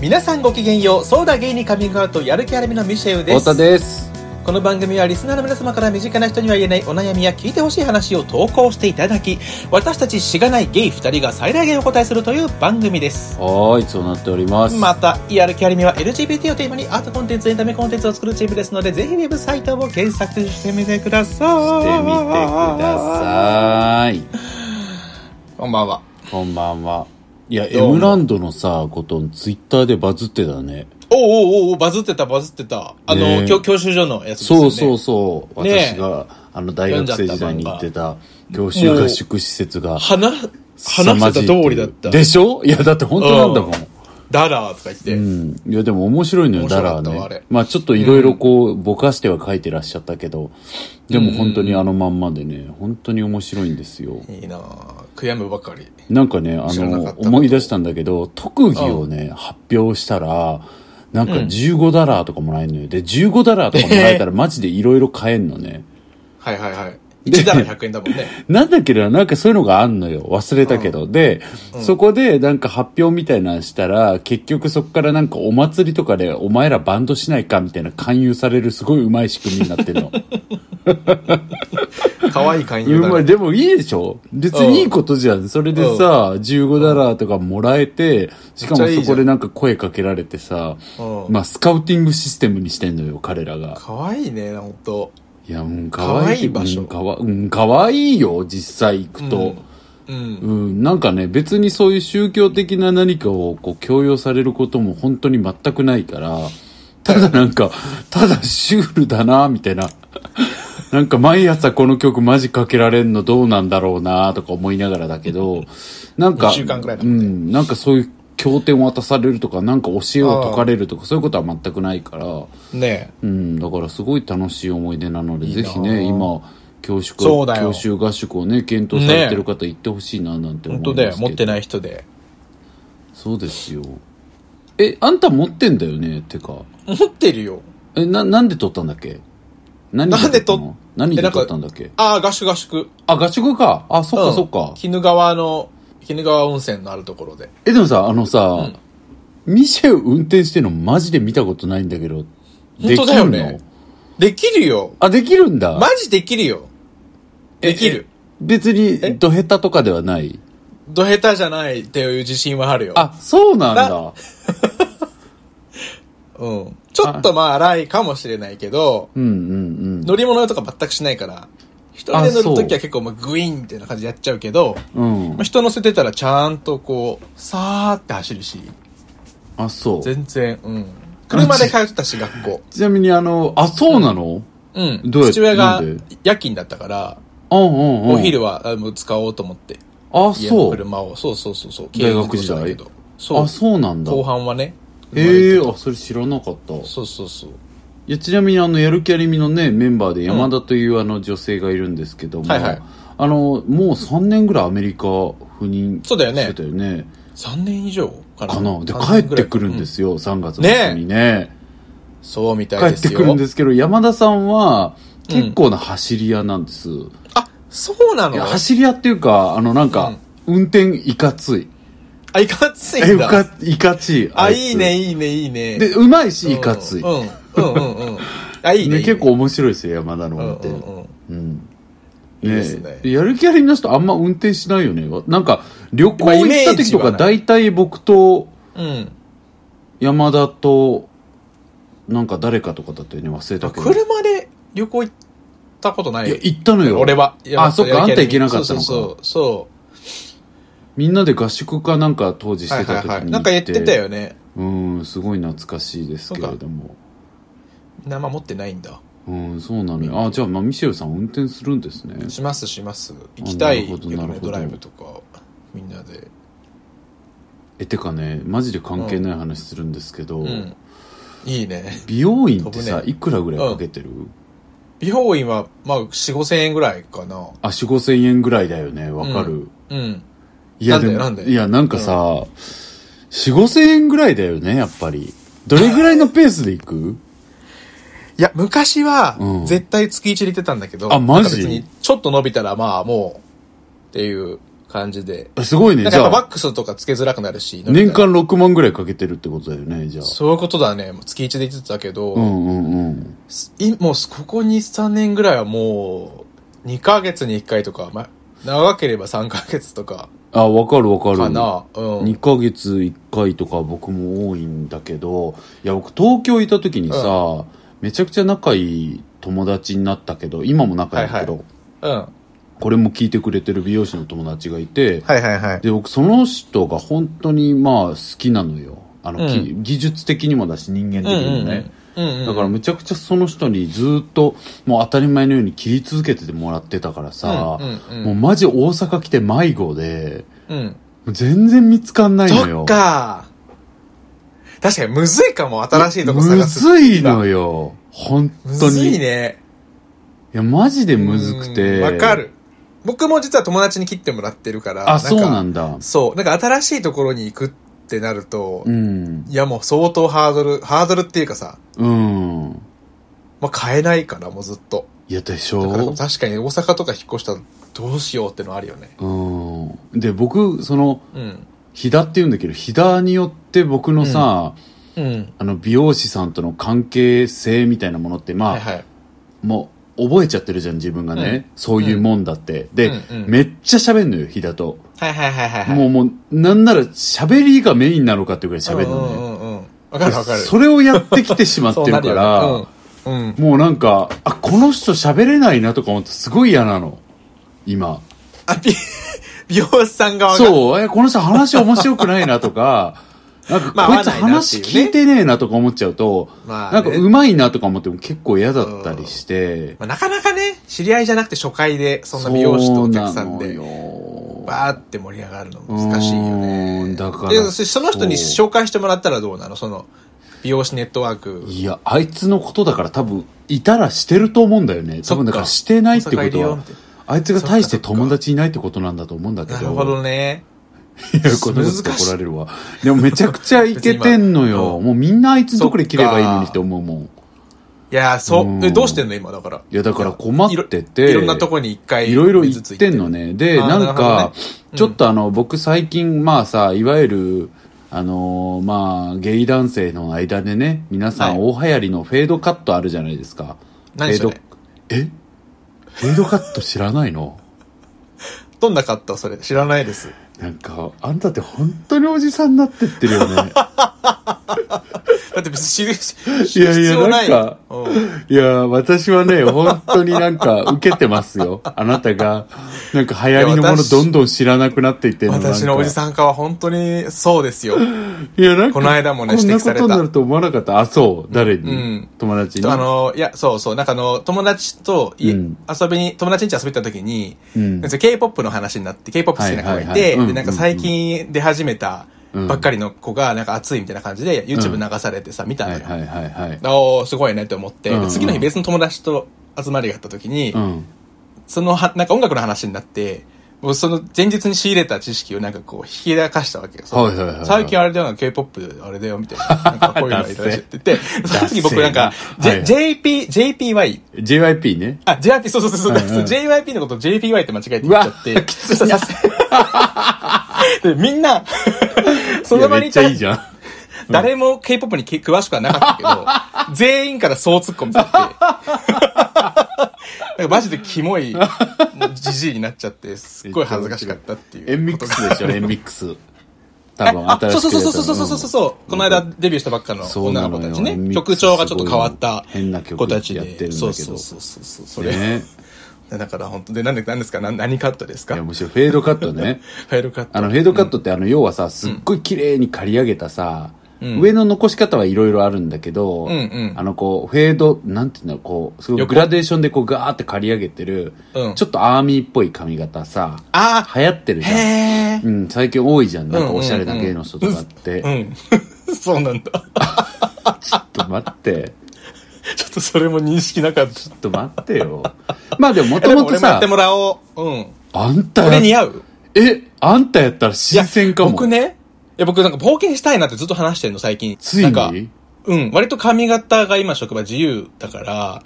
皆さんごきげんよう、ソーダゲイにカミングアウト、やる気ありみのミシェウです。太田です。この番組はリスナーの皆様から身近な人には言えないお悩みや聞いてほしい話を投稿していただき、私たちしがないゲイ二人が最大限お答えするという番組です。はーい、そうなっております。また、やる気ありみは LGBT をテーマにアートコンテンツ、エンタメコンテンツを作るチームですので、ぜひウェブサイトを検索してみてください。してみてください。い。こんばんは。こんばんは。いや、エどうもムランドのさ、こと、ツイッターでバズってたね。おうおうおうおうバズってた、バズってた。あの、ねえ教教習所のやつですよね。そうそうそう。ね私が、あの、大学生時代に行ってた、教習合宿施設が、話、話してた通りだった。でしょいや、だって本当なんだもん。ダラーとか言って。うん。いや、でも面白いのよ、面ダ白かラったわあーれね。まあちょっといろいろこう、ぼかしては書いてらっしゃったけど、でも本当にあのまんまでね、本当に面白いんですよ。いいなぁ悔やむばかり。なんかね、あ知らなかったの、思い出したんだけど、特技をね、発表したら、なんか15ダラーとかもらえるのよ。で、15ダラーとかもらえたら マジでいろいろ買えんのね。はいはいはい。 で1ダラ100円だもんね。なんだっけど、なんかそういうのがあんのよ。忘れたけど。で、そこでなんか発表みたいなのしたら、結局そこからなんかお祭りとかで、お前らバンドしないかみたいな勧誘されるすごい上手い仕組みになってる の。可愛い勧う誘 まだい、ね。でもいいでしょ別にいいことじゃん。それでさ、15ダラーとかもらえて、しかめもっちゃいそいじゃんこでなんか声かけられてさ、うんまあスカウティングシステムにしてんのよ、彼らが。可愛いね、ほんと。いや、うん、かわいい。可愛い場所うん、かわうんかわいいよ、実際行くと。うん。うん、なんかね、別にそういう宗教的な何かをこう強要されることも本当に全くないから、ただなんか、ただシュールだな、みたいな。なんか毎朝この曲マジかけられんのどうなんだろうな、とか思いながらだけど、なんか、二週間くらいだうもんねん、なんかそういう経典を渡されるとか、なんか教えを解かれるとか、そういうことは全くないから、ねうん、だからすごい楽しい思い出なので、いいなあぜひね、今、教習そうだよ教習合宿をね、検討されてる方行ってほしいな、なんてえ。思ほいますけど。んとだよ、持ってない人で。そうですよ。え、あんた持ってんだよね、てか。持ってるよ。え、な、なんで取ったんだっけ何なんで取っ取ったの何えでなんか取ったんだっけああ、合宿合宿。あ、合宿か。あ、そっうかんそっか。鬼怒川の、鬼怒川温泉のあるところで。え、でもさ、あのさ、ミシェル運転してるのマジで見たことないんだけど。本当だよねできるの。できるよ。あ、できるんだ。マジできるよ。できる。別えに、ドヘタとかではない。ど下手じゃないっていう自信はあるよ。あ、そうなんだな。うん。ちょっとまあ荒いかもしれないけど、うんうん乗り物とか全くしないから、一人で乗るときは結構まあグイーンみたいな感じでやっちゃうけど、うん。うんまあ、。人乗せてたらちゃんとこう、さーって走るし、あ、そう。全然、うん。車で通ってたし、学校。ちなみにあの、あ、そうなのうん。どうや父親がなんで夜勤だったから、うんうんうん。お昼はあもう使おうと思って、あ、家のそう。車を、そうそうそうそう、大学時代軽自動車だけどそうあ、そうなんだ。後半はね、ええあ、それ知らなかった。いそうそうそう。や、ちなみにあの、やる気ありみのね、メンバーで山田というあの女性がいるんですけども、はいはいあの、もう3年ぐらいアメリカ赴任そうだよねしてたよね。 3年以上かなかな。で、三年帰ぐっらていくるんでうすよ、3月の末にね。そうみた帰いでっすてよ。くるんですけど、山田さんはうん結構な走り屋なんです。あ、そうないや、の走り屋っていうか、あの、なんか、運転いかつい。あ、いかついえ、んうだ。か、いかちい。あ、いついいね、いいね、いいね。で、うまいし、うん、いかつい。うん、うん、うんうん。あ、いいね。ね、いいね結構、面白いですよ、山田のうん、運転。うんうん。うん。いいねですねやる気ありの人あんま運転しないよね。なんか、旅行まあ行ったイメー時ジとはか、ない大体僕とうん。山田と、なんか誰かとかだったよね、忘れたけど。車で旅行行ったことないい。や、行ったのよ。俺は。あそっかやる気あんた行けなかったのかそうそうそみんなで合宿かなんか当時う。しはいてはたい時に行って、はい。なんか言ってた。よね。うん、すごい懐かしいですけれども。生持ってないんだ。うん、そうなのよ。あ、じゃあ、まあ、ミシェルさん運転するんですね。しますします。行きたいけどなるほね、どドなラるイほブとか、みんなで。え、てかね、マジで関係ない話するんですけど、うん。いいね。美容院ってさ、飛ぶいくらぐらいかけてる、美容院は、まあ、4、5千円ぐらいかな。あ、4、5千円ぐらいだよね。わかる。うん。いや、でもなんでなんでいや、なんかさ、4、5千円ぐらいだよね、やっぱり。どれぐらいのペースで行くいや、昔はうん、絶対月1で行ってたんだけど、あマジなんか別にちょっと伸びたら、まあ、もう、っていう感じで。あすごいね。なんかじやゃっぱワッあ、クスとかつけづらくなるし。なんか年間6万ぐらいかけてるってことだよね、じゃあ。そういうことだね。もう月1で言ってたけど、うんうんうん。いもうここ2、3年ぐらいはもう、2ヶ月に1回とか、ま、長ければ3ヶ月とかあ、わかるわかる。かな。うん。 2ヶ月1回とか僕も多いんだけど、いや、僕東京いた時にさ、めちゃくちゃ仲いい友達になったけど、今も仲いいんだけど、うん。はこれも聞いてくれてる美容師の友達がいて、いはいはい。で、僕その人が本当にまあ好きなのよ。あの、うんき技術的にもだし人間的うんにもね。うんうん。うんうんだからめちゃくちゃその人にずっともう当たり前のように切り続けててもらってたからさ、うんうんもうマジ大阪来て迷子で、うん。全然見つかんないのよ。そっか。確かにむずいかも、新しいとこ探むす。ずいのよ。本む当ずに。いね。いや、マジでむずくうて。んわか。る。僕も実は友達に切ってもらってるから。あ、そうなんかんだ。そう。なんか新しいところに行くってなると、うん。いやもう相当ハードル、ハードルっていうかさ、うん。まあ、変えないから、もうずっと。いや、でしだからょ確かに大阪とか引っ越したらどうしようってのあるよね。うん。で、僕、その、うん。飛騨って言うんだけど、飛騨によって僕のさ、うん。あの、美容師さんとの関係性みたいなものって、まあ、はいはい。もう、覚えちゃってるじゃん、自分がね。そういうもんだって。で、うんうんめっちゃ喋んのよ、飛騨と。はいはいはいはいはい。もう、もう、なんなら喋りがメインなのかっていうぐらい喋るのね。うんうんうんうん。わかるわかる。それをやってきてしまってるから、そうなるよねうん。うん。もうなんか、あ、この人喋れないなとか思ってすごい嫌なの。今。あ、び美容師さん側が。う。そう、え、この人話面白くないなと か、なんかまあこいつ合わないなって話いうね聞いてねえなとか思っちゃうと、まあなんね、かま上手いなとか思っても結構嫌だったりして、あ、なかなかね、知り合いじゃなくて初回で、そんな美容師とお客さんそうなで、のよバーって盛り上がるの難しいようーんね。だからで、そその人にそ紹介してもらったらどうなのその、美容師ネットワーク。いや、あいつのことだから多分、いたらしてると思うんだよね。多分だからしてないってこ大阪いるとよはっ、てあいつが大してそっかそっか友達いないってことなんだと思うんだけど。なるほどね。いや、この人難しい怒られるわ。でもめちゃくちゃイケてんのよ。別に今うんもうみんなあいつどこで切ればいいのにって思うもん。いやー、そうう、んえ、どうしてんの今、だから。いや、だから困ってて。いろんなとこに一回。いろいろ言ってんのね。で、あーなんなかるほどね、うんちょっとあの、僕最近、まあさ、いわゆる、あのーまあ、ゲイ男性の間でね、皆さんは大流行りのフェードカットあるじゃないですか。何それフェード、えフェードカット知らないのどんなかったそれ。知らないです。なんか、あんたって本当におじさんになってってるよね。だって別に知る、知いやるいや必要ない。なんかうんいやー、私はね、本当になんか、受けてますよ。あなたが、なんか流行りのもいやの私どんどん知らなくなっていってんの私のおじんさん化は本当にそうですよ。か。いや、なんか、この間もねこんな指摘こされたとになると思わなかった。あ、そう。誰に、うん友達に。あの、いや、そうそう、なんかあの、友達とい、うん遊びに、友達ん家遊びに行った時に、うんなんか K-POP の話になって、K-POP 好きな子がいて、はいはいはいで、なんか最近出始めたばっかりの子が、なんか熱いみたいな感じで、YouTube 流されてさ、見たのはいよ。はいはいはい。あおーすごいねって思って、うんうん次の日別の友達と集まりがあった時に、うん。そのは、なんか音楽の話になって、もうその前日に仕入れた知識をなんかこう引き出かしたわけよ。はいはいはいはい最近あれだよな、K-POP あれだよ、みたいな。なんかこういうのがいるらしい って言って、その時僕なんか、ダッ J- セ JP、JPY。 JYP ね。あ、JYP、そうそうそうそう、うんうんそう JYP のことを JPY って間違えて言っちゃって。うわきついなそしたらさす で、みんな、その場いやめっにいちゃたいいじゃん。誰も K-POP にき詳しくはなか ったけど、全員からそう突っ込みされて。 なんかマジでキモい、もうジジイになっちゃって、すっごい恥ずかしかったっていう。エンミックスでしょ、エンミックス。多分あ、新しそうくそうそうそうそ出たのうそうそうそうそう。この間デビューしたばっかのそう女なのの子よたちねエン。ミック曲ス調がちょっと変わった変な曲子たちやってるんだけで。どそうそうそうそうそう。それ。ね。だから本当で、なんで、なんですかな何カットですいかや、フむしろフェードカットね。ァイルカット。あの、フェードカットって、あの、要はさ、すっごい綺麗に刈り上げたさ、うん上の残し方はいろいろあるんだけど、んうんあの、こう、フェード、なんていうんだろう、こう、すごい横グラデーションでこう、ガーって刈り上げてる、うんちょっとアーミーっぽい髪型さ、あ流行ってるじーゃん。へーうん、最近多いじゃん。なんかおしゃれな芸の人とかって。うん。 そうなんだ。 ちょっと待って。ちょっとそれも認識なかった。ちょっと待ってよ。まあでももえとでももと俺もやさって、もらおう。うん。あんた俺似や、合うえ、あんたやったら新鮮かいやも僕。ね、いや僕なんか冒険したいなってずっと話してるの最近。ついなにんかうん、割と髪型が今職場自由だから、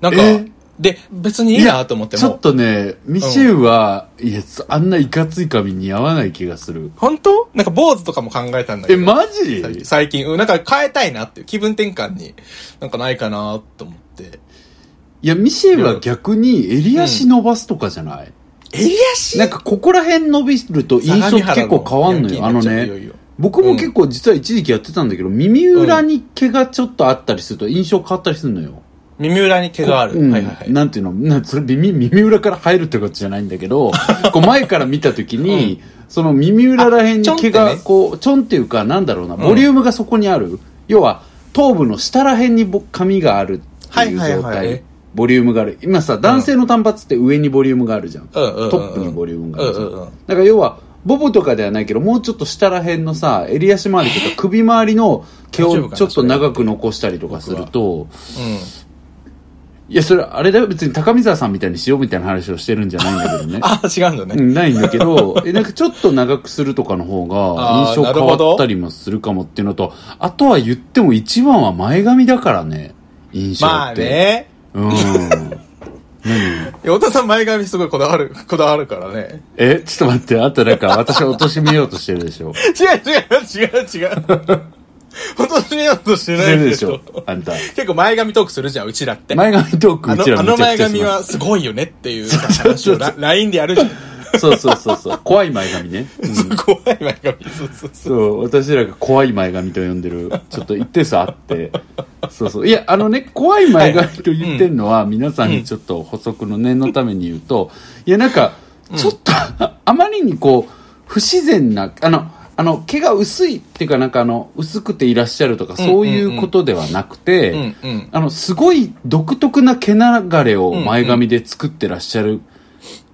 なんえか、で、別にいいなと思ってちょっも。とね、ミシェウは、いや、あんないかつい髪似合わない気がする。本当なんか坊主とかも考えたんだけえ、ど。マジ最近最近、うん、なんか変えたいなっていう気分転換になんかないかなと思って。いや、ミシェウは逆に襟足伸ばすとかじゃない、襟足なんかここら辺伸びると印象結構変わんのよ。あのいよいね、よ僕も結構実は一時期やってたんだけど、耳裏に毛がちょっとあったりすると印象変わったりするのよ。耳裏に毛がある。うんはいはいはい。なんていうの なそれ耳耳裏から入るってことじゃないんだけ どこう前から見た時に、その耳裏らへんあちょにんって毛ねがこうちょんっていうかなんだろうなボリュームがそこにある、要は頭部の下らへんにぼ髪があるっていう状は態、いはいはいボリュームがある今さ男性の短髪って上にボリュームがあるじゃん、うんうんうんうんトップにボリュームがあるじゃん,、うんうんうんだから要はボブとかではないけどもうちょっと下らへんのさ襟足周りとか首周りの毛大丈夫をかなちょっと長く残したりとかするとうん。。いや、それ、あれだよ、別に高見沢さんみたいにしようみたいな話をしてるんじゃないんだけどねあ、違うんだうね。んないんだけ ど、え、なんかちょっと長くするとかの方があー印象変わったりもするかもっていうのと、あとは言っても一番は前髪だからね、印象って。まあ。ね。うん。太田さん前髪すごいこだわる、こだわるからね。え、ちょっと待って、あとなんか私を貶めようとしてるでしょ。違う違う違う違う。落としめようとししてなるいでけしょど。、あんた。結構前髪トークするじゃん、うちらって。前髪トーク、あうちらの、あめちゃのくちゃ前します髪はすごいよねっていう話をラ LINE でやるじゃん。そうそうそうそう。怖い前髪ね。うん怖い前髪。そうそうそう。そう、私らが怖い前髪と呼んでる、ちょっと一定数あって。そうそう。いや、あのね、怖い前髪と言ってんのは、皆さんにちょっと補足の念のために言うと、いや、なんか、ちょっと、あまりにこう、不自然な、あの、あの、毛が薄いっていうか、なんかあの、薄くていらっしゃるとか、そういうことではなくて、うんうん。あの、すごい独特な毛流れを前髪で作ってらっしゃる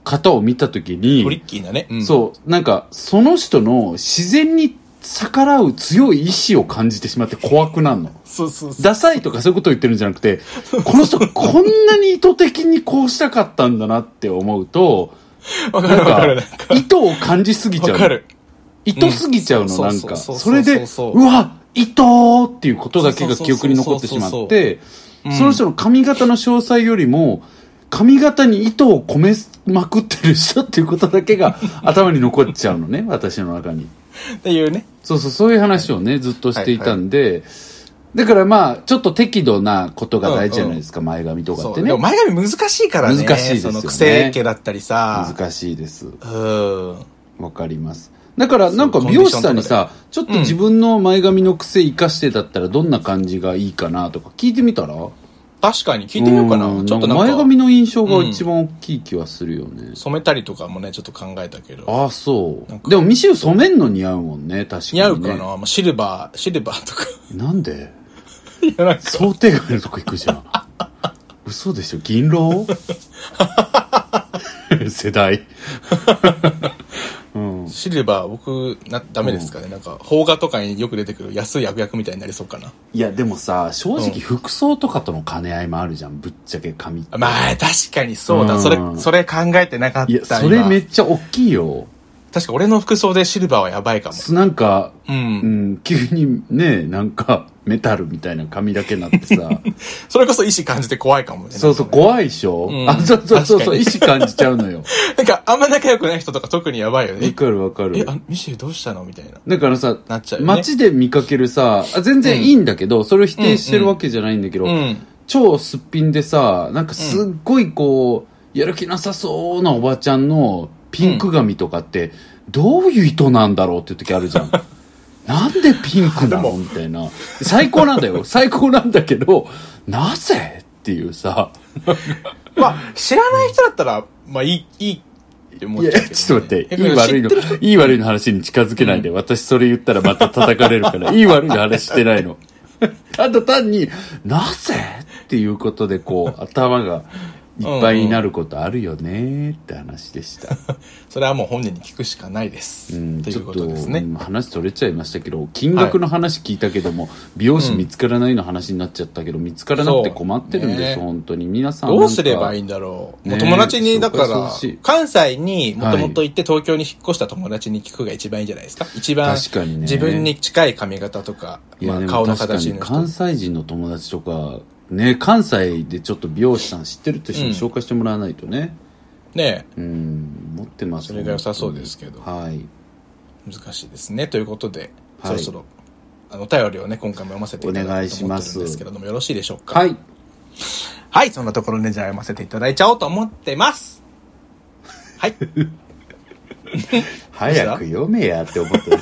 方を見たときに、トリッキーなね。うんそう、なんか、その人の自然に逆らう強い意志を感じてしまって怖くなるの。そうそうそう。ダサいとかそういうことを言ってるんじゃなく て、この人こんなに意図的にこうしたかったんだなって思うと、わかなんるわかる。か、意図を感じすぎちゃわかう。る。意図すぎちゃうの、うんなんか。そそうそうそれうそうで、そううわ意図っていうことだけが記憶に残ってしまって、うんその人の髪型の詳細よりも、髪型に糸を込めまくってる人っていうことだけ が頭に残っちゃうのね、私の中に。っていうね。そうそう、そういう話をね、ずっとしていたんで、だからまあ、ちょっと適度なことが大事じゃないですか、前髪とかそってう。ねでも。前髪難しいからね。難しいですよねその癖毛だったりさ。難しいです。うん。わかります。だからなんかそう美容師さんにさ、ちょっと自分の前髪の癖活かしてだったらどんな感じがいいかなとか聞いてみたら確かに聞いてみようかな。んちょっと前なんか、髪の印象が一番大きい気はするよね。染めたりとかもね、ちょっと考えたけど。ああ、そなんう。かでもミシェル染めんの似合うもんね、確かに、似ね。合うかな、まあ、シルバー、シルバーとか。なんでいや、なんか、想定外のとこ行くじゃん。 嘘でしょ銀 狼世 代。うん。シルバー、僕、な、ダメですかね。なんか、邦画とかによく出てくる安い悪役みたいになりそうかな。いや、でもさ、正う直ん服装とかとの兼ね合いもあるじゃん。ぶっちゃけ髪って。まあ、確かにそうだ。うんそれ、それ考えてなかった。いや、それめ今っちゃ大きいよ。確か俺の服装でシルバーはやばいかも。すなんか、う。うんん、急にね、なんか、メタルみたいな髪だけになって さ、それこそ意志感じて怖いかもね。そうそう、怖いでしょ、うんあ、そうそうそう確そかう、に意志感じちゃうのよ。なんか、あんま仲良くない人とか特にやばいよわね。かるわか え、る。あ、ミシェルどうしたのみたいな。だからさ、なっちゃうよね。街で見かけるさ、あ全然いいんだけど、それを否定してるわけじゃないんだけど、うん。超すっぴんでさ、なんかすっごいこう、やる気なさそうなおばちゃんのピンク髪とかって、どういう意図なんだろうっていう時あるじゃん。なんでピンクなのでもみたいな。最高なんだよ。最高なんだけど、なぜっていうさ。まあ、知らない人だったら、まあ、いい、いいって思っいちゃや、うけどね。ちょっと待って、えいい悪いの知ってる人、いい悪いの話に近づけないで、私それ言ったらまた叩かれるから、いい悪いの話してない の。ただ単に、なぜっていうことで、こう、頭がいっぱいになることあるよねって話でした。それはもう本人に聞くしかないです。うん、といちょうっこととですね。うん話取れちゃいましたけど、金額の話聞いたけども、美容師見つからないの話になっちゃったけど、見つからなくて困ってるんです、そうね本当に。皆さんなんかどうすればいいんだろう。ねもう友達に、だか紹介しらてほしい、関西にもともと行って東京に引っ越した友達に聞くが一番いいんじゃないですか一番、確かにね自分に近い髪型とか、いやまあでも顔の形確のかに関人。西人の友達とかね関西でちょっと美容師さん知ってるって人にうん紹介してもらわないとねねうん、持ってますそれが良さそうですけどはい難しいですね。ということで、はいそろそろ、あの、お便りをね、今回も読ませていたお願だいきしたいと思まってするんですけれども、よろしいでしょうか。はいはい、そんなところで、じゃあ読ませていただいちゃおうと思ってます。 はい。早く読めやって思ってる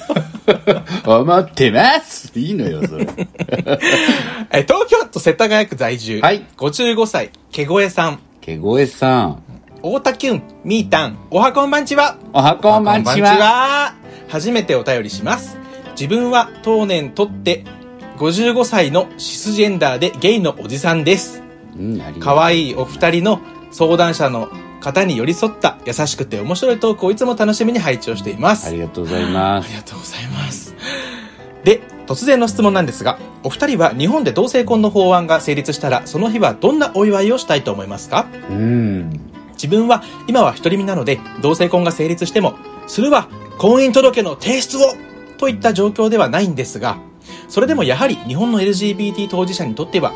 思ってますいいのよそれ えー東京都世田谷区在住。はい55歳、毛越さん。けごえさん太田きゅん、みーたん、おはこんばんちは。おはこんばんちはは。初めてお便りします。自分は当年とって、55歳のシスジェンダーでゲイのおじさんです。うんありがとう可愛いお二人の相談者の方に寄り添った優しくて面白いトークをいつも楽しみに拝聴しています。ありがとうございまあすりがとうございます。で、突然の質問なんですが、お二人は日本で同性婚の法案が成立したら、その日はどんなお祝いをしたいと思いますかうん自分は今は独り身なので、同性婚が成立しても、するは婚姻届の提出をといった状況ではないんですが、それでもやはり日本の LGBT 当事者にとっては、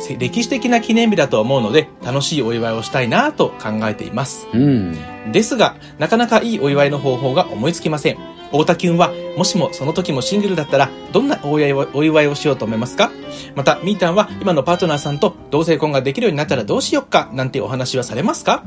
せ歴史的な記念日だと思うので、楽しいお祝いをしたいなと考えています。うんですが、なかなかいいお祝いの方法が思いつきません。太田キュンは、もしもその時もシングルだったら、どんなお祝いをお祝いをしようと思いますかまた、みーたんは、今のパートナーさんと同性婚ができるようになったらどうしよっか、なんてお話はされますか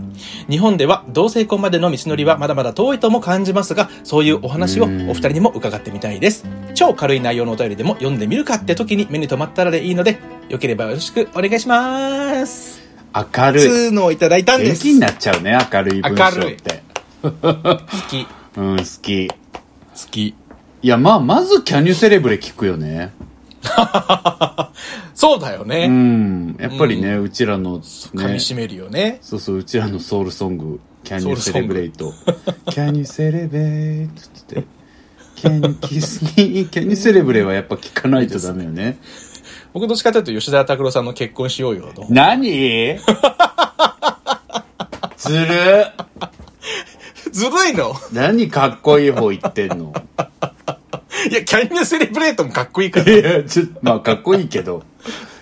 日本では同性婚までの道のりはまだまだ遠いとも感じますが、そういうお話をお二人にも伺ってみたいです。超軽い内容のお便りでも読んでみるかって時に目に留まったらでいいので、よければよろしくお願いします。明るいつーのをいただいたんで元す。気になっちゃうね明るい文章明るっいて好き。好うん好きき。いやまあまず「キャニュセレブレ」聞くよねそうだよね。うんやっぱりね、うちらの噛みね締めるよね。そうそううちらのソウルソング「Can ソ you ウルソング celebrate」「Can you celebrate」って「Can you kiss me」「Can you celebrate」はやっぱ聞かないとダメよね僕どっちかというと吉田拓郎さんの結婚しようよと。何ずるっずるいの 何かっこいい方言ってんのいや、キャニオセレブレートもかっこいいから。いや、ちょっと、まあ、かっこいいけど。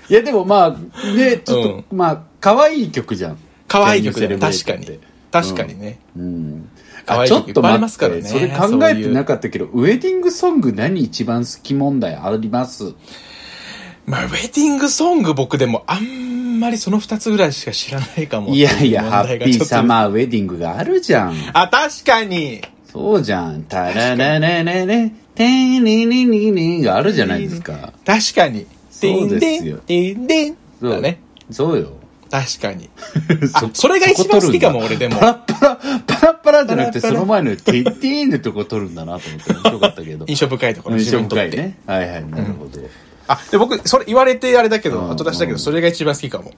いや、でもまあ、ね、ちょっと、まあ、可愛い曲じゃん。可愛い曲だよ。キャニオ確セレかブレーにトって。確かにね。うん。可愛いちょ曲っいっとぱいあ待りますからって、ねそれ考えてなかったけど、ウェディングソング何一番好き問題ありますまあ、ウェディングソング僕でもあんまりその二つぐらいしか知らないかもっていうやいや、ハッピーサ問題がちょっマーウェディングがあるじゃん。とあ、確かに。そうじゃん。タラララララ、テンリリリリがあるじゃないですか。確かに。そうですよでんでん。そだう。ね。そうよ。確かに。あ、それが一番好きかも、俺でもパ。ラッパラ、パラッパラじゃなくて、その前のティッティーンのとこ取るんだなと思って面白かったけど。印象深いところ、印自象分にとっ深てい。ね。はいはい、なるほど。いあ、で、僕、それ言われてあれだけうんど、後出しだけうんど、それが一番好きかも。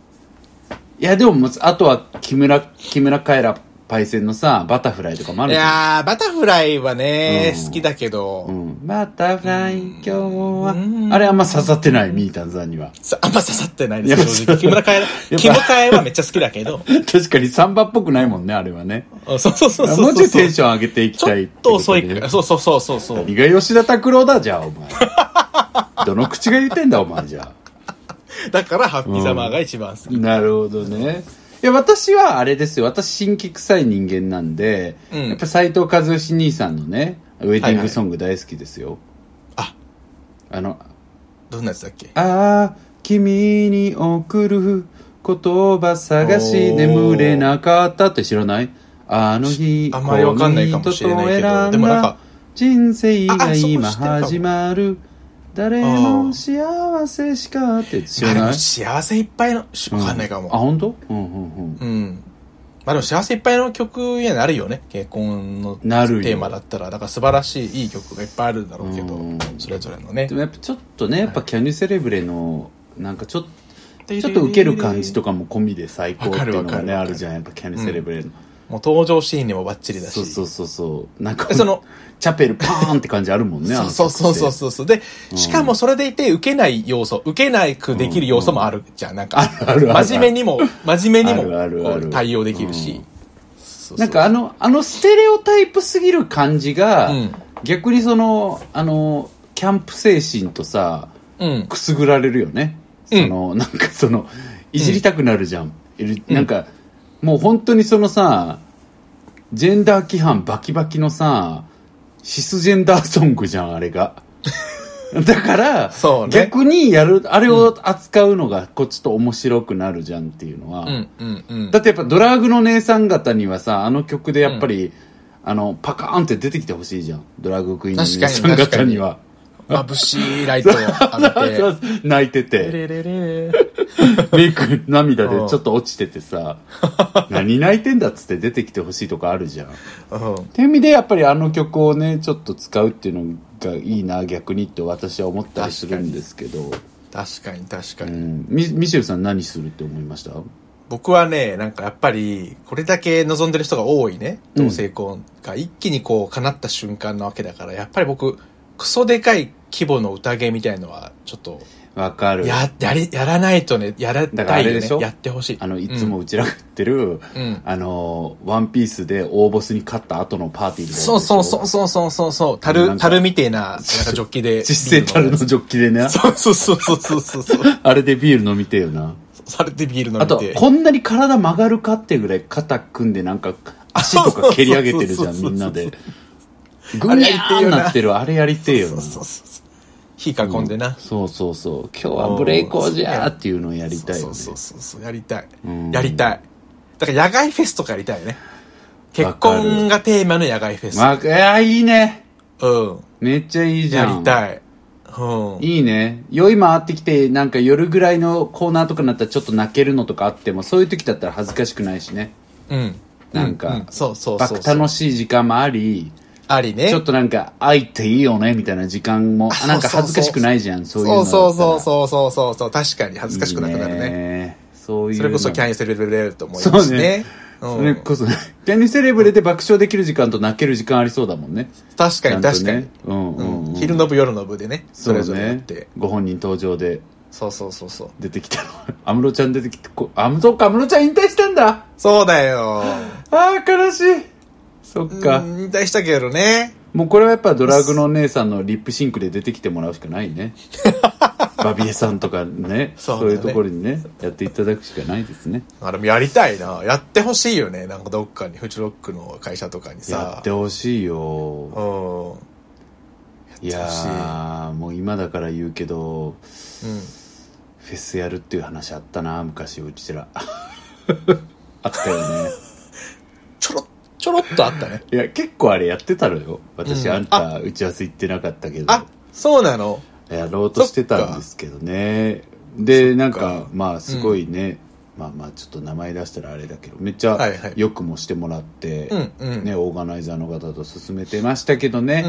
や、でももう、あとは、木村、木村カエラパイセンのさ、バタフライとかもあいるじゃん。やー、バタフライはね、うん好きだけうど、ん。バタフライ、今日うは。んあれあんま刺さってない、ミータンさんには。 さあんま刺さってないです正やっ直ぱ木村カエラ、ぱ木村カエラはめっちゃ好きだ けど、確かにサンバっぽくないもんね、あれはね。うんそうそうそうそうそう。もうちょいテンション上げていきちたょいっと遅いってことでから、そうそうそうそうそう。何が吉田拓郎だ、じゃあ、お前。どの口が言ってんだ、お前、じゃあ。だから、ハッピーサマーが一番好き。なるほどね。いや、私はあれですよ。私、新規臭い人間なんで、うんやっぱ斎藤和義兄さんのね、ウェディングソング大好きですよ。あ、あの、どんなやつだっけあー、君に送る言葉探し眠れなかったって知らないあの日、あんまりわかんないかもしれないけどこの人と選んだでもなんか人生あがあそう今知ってるかも始まる。誰も幸せしかって知まらあでないも、幸せいっぱいの、しわかんないかうんあ、も。本当？うんうんうん。うん。まあでも、幸せいっぱいの曲にはなるよね。結婚のテなるよーマだったら、だから素晴らしい、いい曲がいっぱいあるんだろうけどうん、それぞれのねで。もやっぱちょっとね、やっぱキャニュセレブレの、なんかちょっと、ちょっと受ける感じとかも込みで最高っていうのがわかるわかね、るあるじゃん、やっぱキャニュセレブレの。もう登場シーンにもバッチリだし。そうそうそうそう。なんか、えその、チャペルパーンって感じあるも んね、あのそうそうそ曲うってそうそう。で、しかもそれでいて、受けない要素、受けなくできる要素もあるじゃん。なんか、あるある真面目にも、真面目あにもるあるあるこう対応できるし。うんそうそうなんかあの、あのステレオタイプすぎる感じが、うん逆にその、あの、キャンプ精神とさ、うん。くすぐられるよね。うんその、なんかその、いじりたくなるじゃん。L- なんか、もう本当にそのさ、ジェンダー規範バキバキのさ、シスジェンダーソングじゃん、あれが。 だから、そうね逆にやる、あれを扱うのが、こうちょっと面白くなるじゃんっていうのは、うんうんうんだってやっぱドラァグの姉さん方にはさ、あの曲でやっぱり、あの、パカーンって出てきてほしいじゃん。ドラァグクイーンの皆さん確か方にには。眩しいライトを 浴びて泣いてレて、レレレメイク涙でうんちょっと落ちててさ、何泣いてんだっつって出てきてほしいとかあるじゃん。っうんていう意味でやっぱりあの曲をね、ちょっと使うっていうのがいいな、逆にって私は思ったりするんですけど、確かに確かうに、ん、ミミシェルさん何するって思いました僕はねなんかやっぱりこれだけ望んでる人が多いね同性婚が一気にこう叶った瞬間なわけだからやっぱり僕クソでかい規模の宴みたいのはちょっとわかる。ややりやらないとねやらだからなあいよれねでしょやってほしいあの、いつもうちらが言ってる、うん、うんあのー、ワンピースで大ボスに勝った後のパーティーみたいなそうそうそうそうそうそうそうなん樽か樽みてえななんかジョッキで 実践たるのジョッキでね、そうそうそうそうそうそう そうあれでビール飲みてえよな。されてビール飲あとみ、てこんなに体曲がるかってぐらい肩組んでなんか足とか蹴り上げてるじゃん、みんなで。ぐにゃーんなってる、あれやりてえよそうな。そうそうそう火囲んでな、そうそうそう。今日はブレイクーじゃーっていうのをやりたいよそねう。そうそうそうやりたい、うんやりたいだから野外フェスとかやりたいよね結わかる婚がテーマの野外フェス、まあ、いや、いいね。うんめっちゃいいじゃやん。りたいうんいいね。酔い回ってきて、なんか夜ぐらいのコーナーとかになったらちょっと泣けるのとかあっても、そういう時だったら恥ずかしくないしね。うんなんかううそうそうバそクうそう楽しい時間もあり、ありねちょっとなんか、愛っていいよね、みたいな時間も、ああなんか恥ずかしくないじゃん、そういうのだったら。そうそうそうそうそうそう確かに恥ずかしくなくなるねいいねそういうの。それこそキャンユセレブレると思いますそうねねうんそれこそ、キャニセレブレで爆笑できる時間と泣ける時間ありそうだもんね。確かちにゃん確とかに、ね。うんうん、ううんん。昼の部夜の部でねそそうれぞれやっねて。ご本人登場でそう,、そうそうそう出てきたの。 安室ちゃん出てきて、こ安室か、安室ちゃん引退したんだそうだよああ、悲しい。そっか。うん引退したけどねもうこれはやっぱドラグの姉さんのリップシンクで出てきてもらうしかない ね。バビエさんとかね、そうそうだねいうところにね、やっていただくしかないですね。あれもやりたいな。やってほしいよね。なんかどっかに、フジロックの会社とかにやさ。ってほしいうん。よ。うん。いやー、もう今だから言うけど、フェスやるっていう話あったな、昔うち ら。あったよね。ちょろ、ちょろっとあったね。いや、結構あれやってたのよ。私、うんあんた打ち合わせ行ってなかったけど。あ、そうなのやろうとしてたんですけどねでなんかまあすごいね、まあまあちょっと名前出したらあれだけどめっちゃはいはいよくもしてもらって、うんうん。ね、オーガナイザーの方と進めてましたけどね、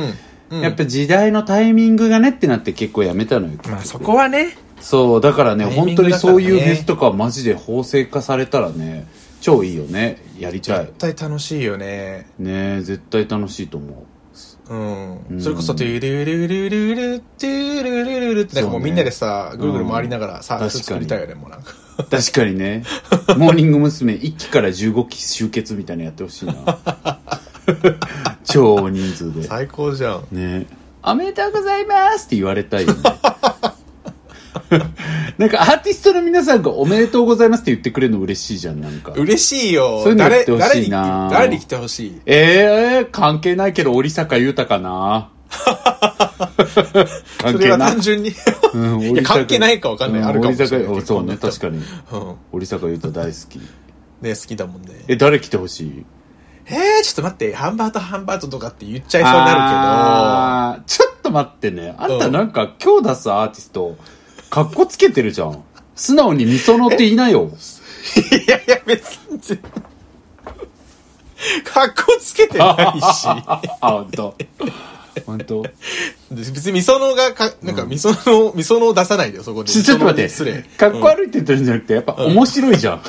うん。うんやっぱ時代のタイミングがねってなって結構やめたのよ、まあそこはね、そうだからねタイミン本当グだからねにそういうフェスとかはマジで法制化されたらね超いいよねやりたい絶対楽しいよね。ね絶対楽しいと思うう。うんんそれこそ、トゥルルルルル、トゥルルルルって、なんかそもううねみんなでさ、ぐるぐる回りながらさ、うんそれ作りたいよね、もうなんか。 確かにねモーニング娘。1期から15期集結みたいなのやってほしい な超大人数で最高じゃん。ねおめでとうございますって言われたいよね なんかアーティストの皆さんがおめでとうございますって言ってくれるの嬉しいじゃんなんか嬉しいよ。そういうのや誰、ってほ誰しに、いな誰に来てほしい。えー、関係ないけど織坂豊か なそ関れ係はない単純に。うんいや関係ないかわかんないあるかもしれない織坂そうね確かにうん。織坂優太大好きね、好きだもんね。え誰来てほしいえー、ちょっと待って、ハンバートハンバートとかって言っちゃいそうになるあーちょっと待ってね。あんたなんか今日出すアーティスト、かっこつけてるじゃん。素直にミソノっていないよ。けど、いやいや、別に全然、格好つけてないし、あ、ほんと。ほんと。別にミソノがか、なんかミソノ、ミソノを出さないでよ、そこで。ちょちょっと待っ失礼て。。かっこ悪いって言ってるんじゃなくて、やっぱ面白いじゃん。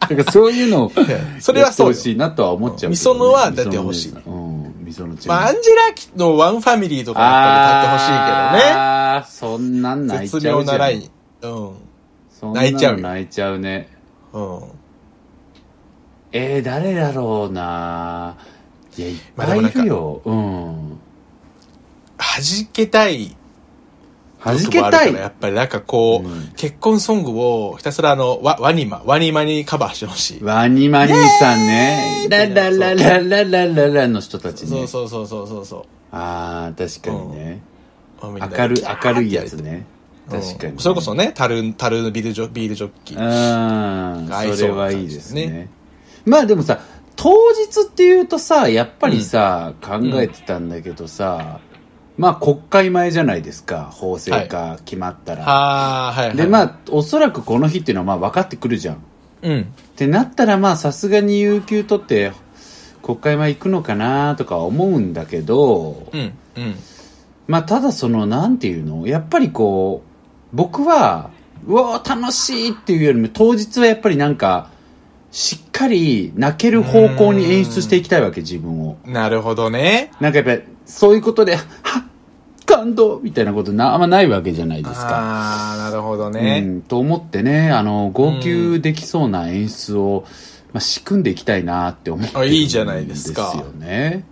だからそういうのをや、それはそうよやってほしいなとは思っちゃうけどね。ミソノはだって欲しミいソノねうん、ミソノちゃん。まあ、アンジェラキのワンファミリーとかやっぱり立ってほしいけどね。あー、そんなん泣いちゃう絶じゃん。妙なライン。うん。そんな泣いちゃうよの泣いちゃうね。うん。えー、誰だろうないや、いっまあでぱいもなんいかるよ。うん。弾けたい弾欲けもあるたかいらやっぱりなんかこう、うん結婚ソングをひたすらあの、ワワニマ、ワニマにカバーしてほしい。ワニマニーさんね。ララララララララの人たちそねう。そうそうそうそうそああ、確かにね。う。明明るい、明るいやつね。確かに。それこそ。ね、タルン、タルンビールジョビールジョッキー。うん。合いそそれうなはいい感じでですすねね。まあでもさ、当日っていうとさ、やっぱりさ、考えてたんだけどさ、まあ国会前じゃないですか、法制化決まったら。はあ、はいはい。で、まあ、おそらくこの日っていうのはまあ分かってくるじゃん。うん。ってなったらまあさすがに有給取って国会前行くのかなとか思うんだけど、うん。うん。まあただそのなんていうのやっぱりこう僕はうわー楽しいっていうよりも当日はやっぱりなんかしっかり泣ける方向に演出していきたいわけ自分をなるほどね。なんかやっぱりそういうことではっ感動みたいなことなあんまないわけじゃないですかああ、なるほどうね。ん、と思ってねあの号泣できそうな演出を、まあ、仕組んでいきたいなって思ってるあいいじゃないですかんですよね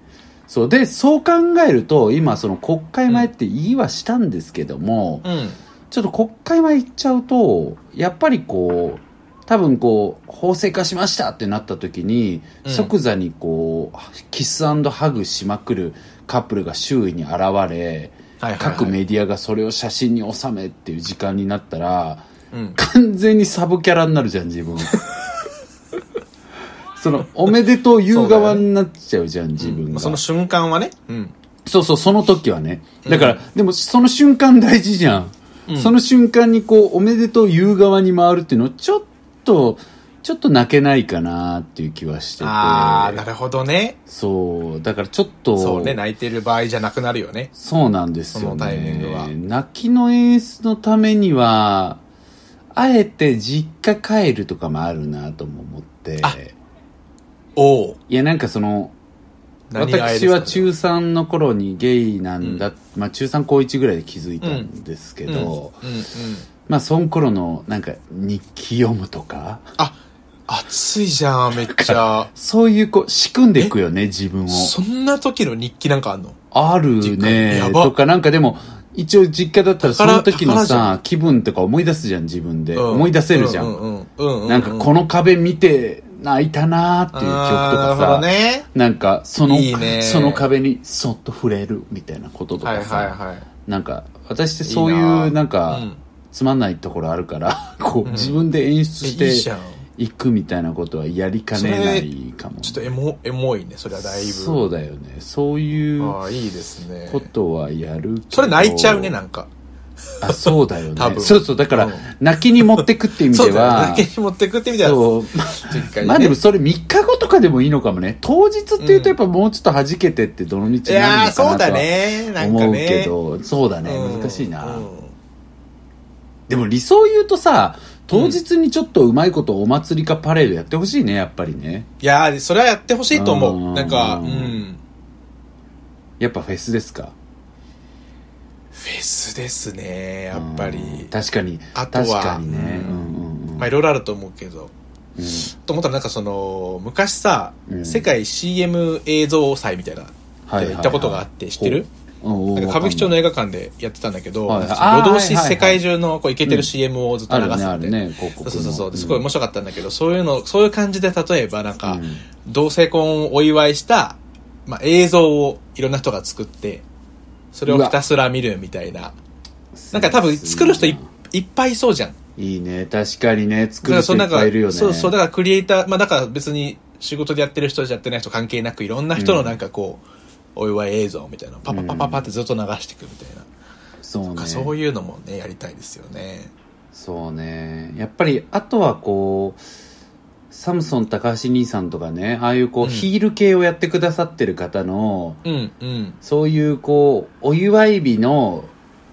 そうでそう考えると今その国会前って言いはしたんですけども、うん。ちょっと国会前行っちゃうとやっぱりこう多分こう法制化しましたってなった時に、うん即座にこうキスハグしまくるカップルが周囲に現れはいはい、はい。各メディアがそれを写真に収めっていう時間になったらうん。完全にサブキャラになるじゃん自 分そのおめでとう言う側になっちゃうじゃん、自分まあがその瞬間はね。うん。そうそうその時はねだから、でもその瞬間大事じゃん、その瞬間にこうおめでとう言う側に回るっていうのちょっとちょっと泣けないかなっていう気はしててああ、なるほどね。そうだからちょっとそうね、泣いてる場合じゃなくなるよね。そうなんですよ、ね。そのタイミングは泣きの演出のためには、あえて実家帰るとかもあるなとも思って。あおお。いや、なんかその、何が会え私るはか中3の頃にゲイなんだ、まあ中3高1ぐらいで気づいたんですけど、うんうん。まあその頃のなんか日記読むとか、あ、暑いじゃん、めっちゃ。そういうこう仕組んでいくよね、自分を。そんな時の日記なんかあんのある実ね家やばとかなんかでも一応実家だったらそ宝の時の宝じゃさ気分とか思い出すじゃん自分で、うん思い出せるじゃん,、うんうんうんうん。なんかこの壁見て泣いたなーっていう曲とあかーなるほさどね。なんかそのいいねその壁にそっと触れるみたいなこととはいかさ、はいはい。なんか私ってそういういいなーなんかうんつまんないところあるから こう自分で演出えいいじしゃてん。いくみたいなことはやりかねないかもちょっとエモ、エモいね、それはだいぶ。そうだよねそういうああ、いいですね。ことはやるけどそれ泣いちゃうね、なんか。あそうだよね多分そうそうだから、うん泣きに持ってくって意味そうでだよはね。泣きに持ってくってみたいな。そう実家にねまあでもそれ3日後とかでもいいのかもね当日っていうとやっぱもうちょっと弾けてってどの道にいなやるー、のかなそうとだはね。なんか思うけね。ど、そうだねうん難しいな、うんでも理想言うとさ当日にちょっとうまいことお祭りかパレードやってほしいねやっぱりねいやー、それはやってほしいと思うう。んなんか、うん。やっぱフェスですかフェスですね、やっぱうんり。確かにあとは確かにねううんんうんうんまあ、いろいろあると思うけど。うんと思ったらなんかその、昔さ、うん世界 CM 映像祭みたいな、はいはいはい行ったことがあって知ってるおなんか歌舞伎町のの映画館でやってたんだけど、はいなんかあー夜通しはいはいはい世界中のこうイケてる CM をずっとあ流るすみねたあいるな。ね広告そのうそうそう。ですごい面白かったんだけど、そういうの、そういう感じで例えばなんか、うん同性婚をお祝いした、まあ、映像をいろんな人が作って、それをひたすら見るみたいな。なんか多分作る人いいっぱいいそうじゃん。いいね確かにねだ作かるらそ人いのなっんかぱいいるよねそうそう、だからクリエイター、まあだから別に仕事でやってる人じゃやってない人関係なく、いろんな人のなんかこう、お祝い映像みたいなのをパパパパパってずっと流していくみたいな。そうなんねかそういうのもね、やりたいですよね。そうねやっぱりあとはこうサムソン高橋兄さんとかねああいうこう、うんヒール系をやってくださってる方のうん、うん。そういうこうお祝い日の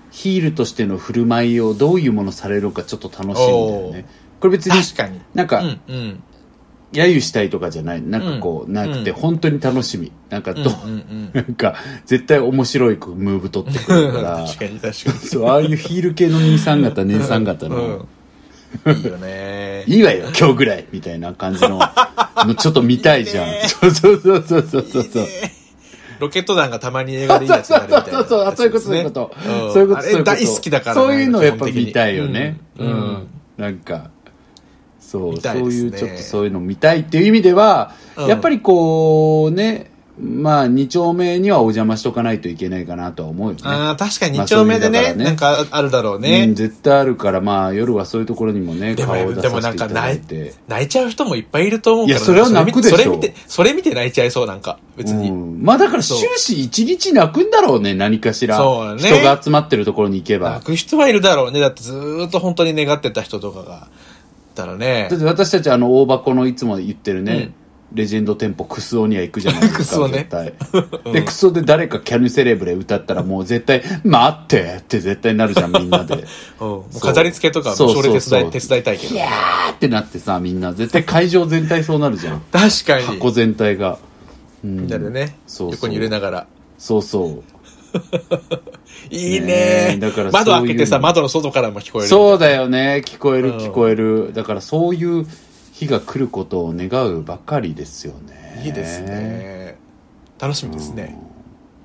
ヒールとしての振る舞いをどういうものされるのかちょっと楽しいんだよねこれ別に確かに。なんか、うん、うん。揶揄したいとかじゃないなんかこう、うんなくてうん本当に楽しみなんかうどん、う、うん、うん。なんか絶対面白いムーブ取ってく るから確かに、確か に。そう、ああいうヒール系の兄さん方、姉さん方の、うんいい よねいいわよ、今日ぐらい みたいな感じの、のちょっと見たいじゃん。いいねそうそうそうそうそうそう。いいねロケット弾がたまに映画でいいやつになるみたいそうそな、うそうそうそういうことそういうことそういうことあれ大好きだからなそういうのをやっぱ基本的に見たいよねううんん、うんなんかそう、見たそいうですいねうちょっとそういうの見たいっていう意味では、うんやっぱりこうねまあ2丁目にはお邪魔しとかないといけないかなとは思うよねああ、確かにま2あ丁目でそういうね、意味だからねなんかあるだろううねん、。絶対あるからまあ夜はそういうところにもねで顔もを出でもさせてなんいかただ泣いいて泣いちゃう人もいっぱいいると思うから。いやそれは泣くでしょそれ見て、それ見て泣いちゃいそう、なんか、別に。うん、まあだからそう終始一日泣くんだろうね何かしらそうだね人が集まってるところに行けば泣く人はいるだろうね。だってずーっと本当に願ってた人とかが、だらねだっ。て私たちあの大箱のいつも言ってるね、レジェンド店舗クスオには行くじゃないですか クスオね絶対でクスオで誰か「キャニセレブレ」歌ったらもう絶対「待って!」って絶対なるじゃんみんな でうん。もう飾り付けとか、そうそれ手伝い、そう手そう伝いたいけキどャ。ーってなってさみんな絶対会場全体そうなるじゃん確か箱に。全体が、うん、なるね。そうそう横に揺れながら。そうそういいねねえだから窓そういう開けてさ、窓の外からも聞こえる。そうだよね聞こえうるん聞こえる、だからそういう日が来ることを願うばかりですよねいいですね。楽しみですね。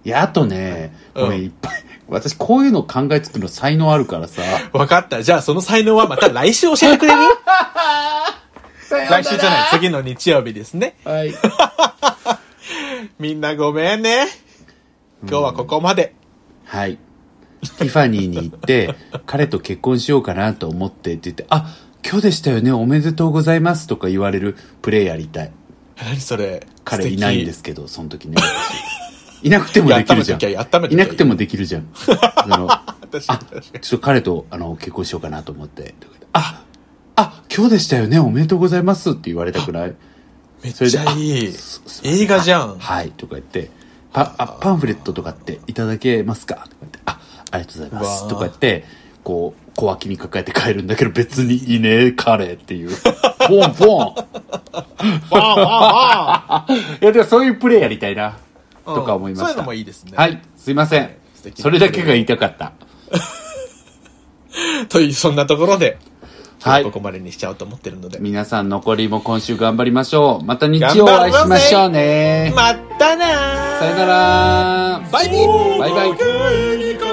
いやあとね、うんごめんいっぱい私こういうの考えつくの才能あるからさわかった。じゃあその才能はまた来週教えてくれる来週じゃない、次の日曜日ですね。はいみんなごめんね。今日はここまで。はいティファニーに行って彼と結婚しようかなと思ってって言って「あ今日でしたよねおめでとうございます」とか言われるプレイやりたい何それ。。彼いないんですすけどその時ねいなくてもやでったきめるじゃとんきゃいい、やっためといきゃいいなくてもできるじゃんあの確かに確かに。ちょっと彼とあの結婚しようかなと思ってとか言ってああ今日でしたよねおめでとうございますって言われたくないめっそれちでゃいいあ。すすませ映画じゃん。はい、とか言って、パあパンフレットとかっていただけますかとか言って、あ、ありがとうございまうわーす。とか言って、こう、小脇に抱えて帰るんだけど、別にいいね、彼っていう。ポンポン。 わあわあわあいや、でもそういうプレイやりたいな、うん とか思いました。そういうのもいいですねはい、すいません。はい素敵なそれだけが言いたかった。という、そんなところで、はいここまでにしちゃおうと思ってるので。皆さん残りも今週頑張りましょう。また日頑張曜おろう会いしましょうね。またなーさよなら。バイビバイバイイ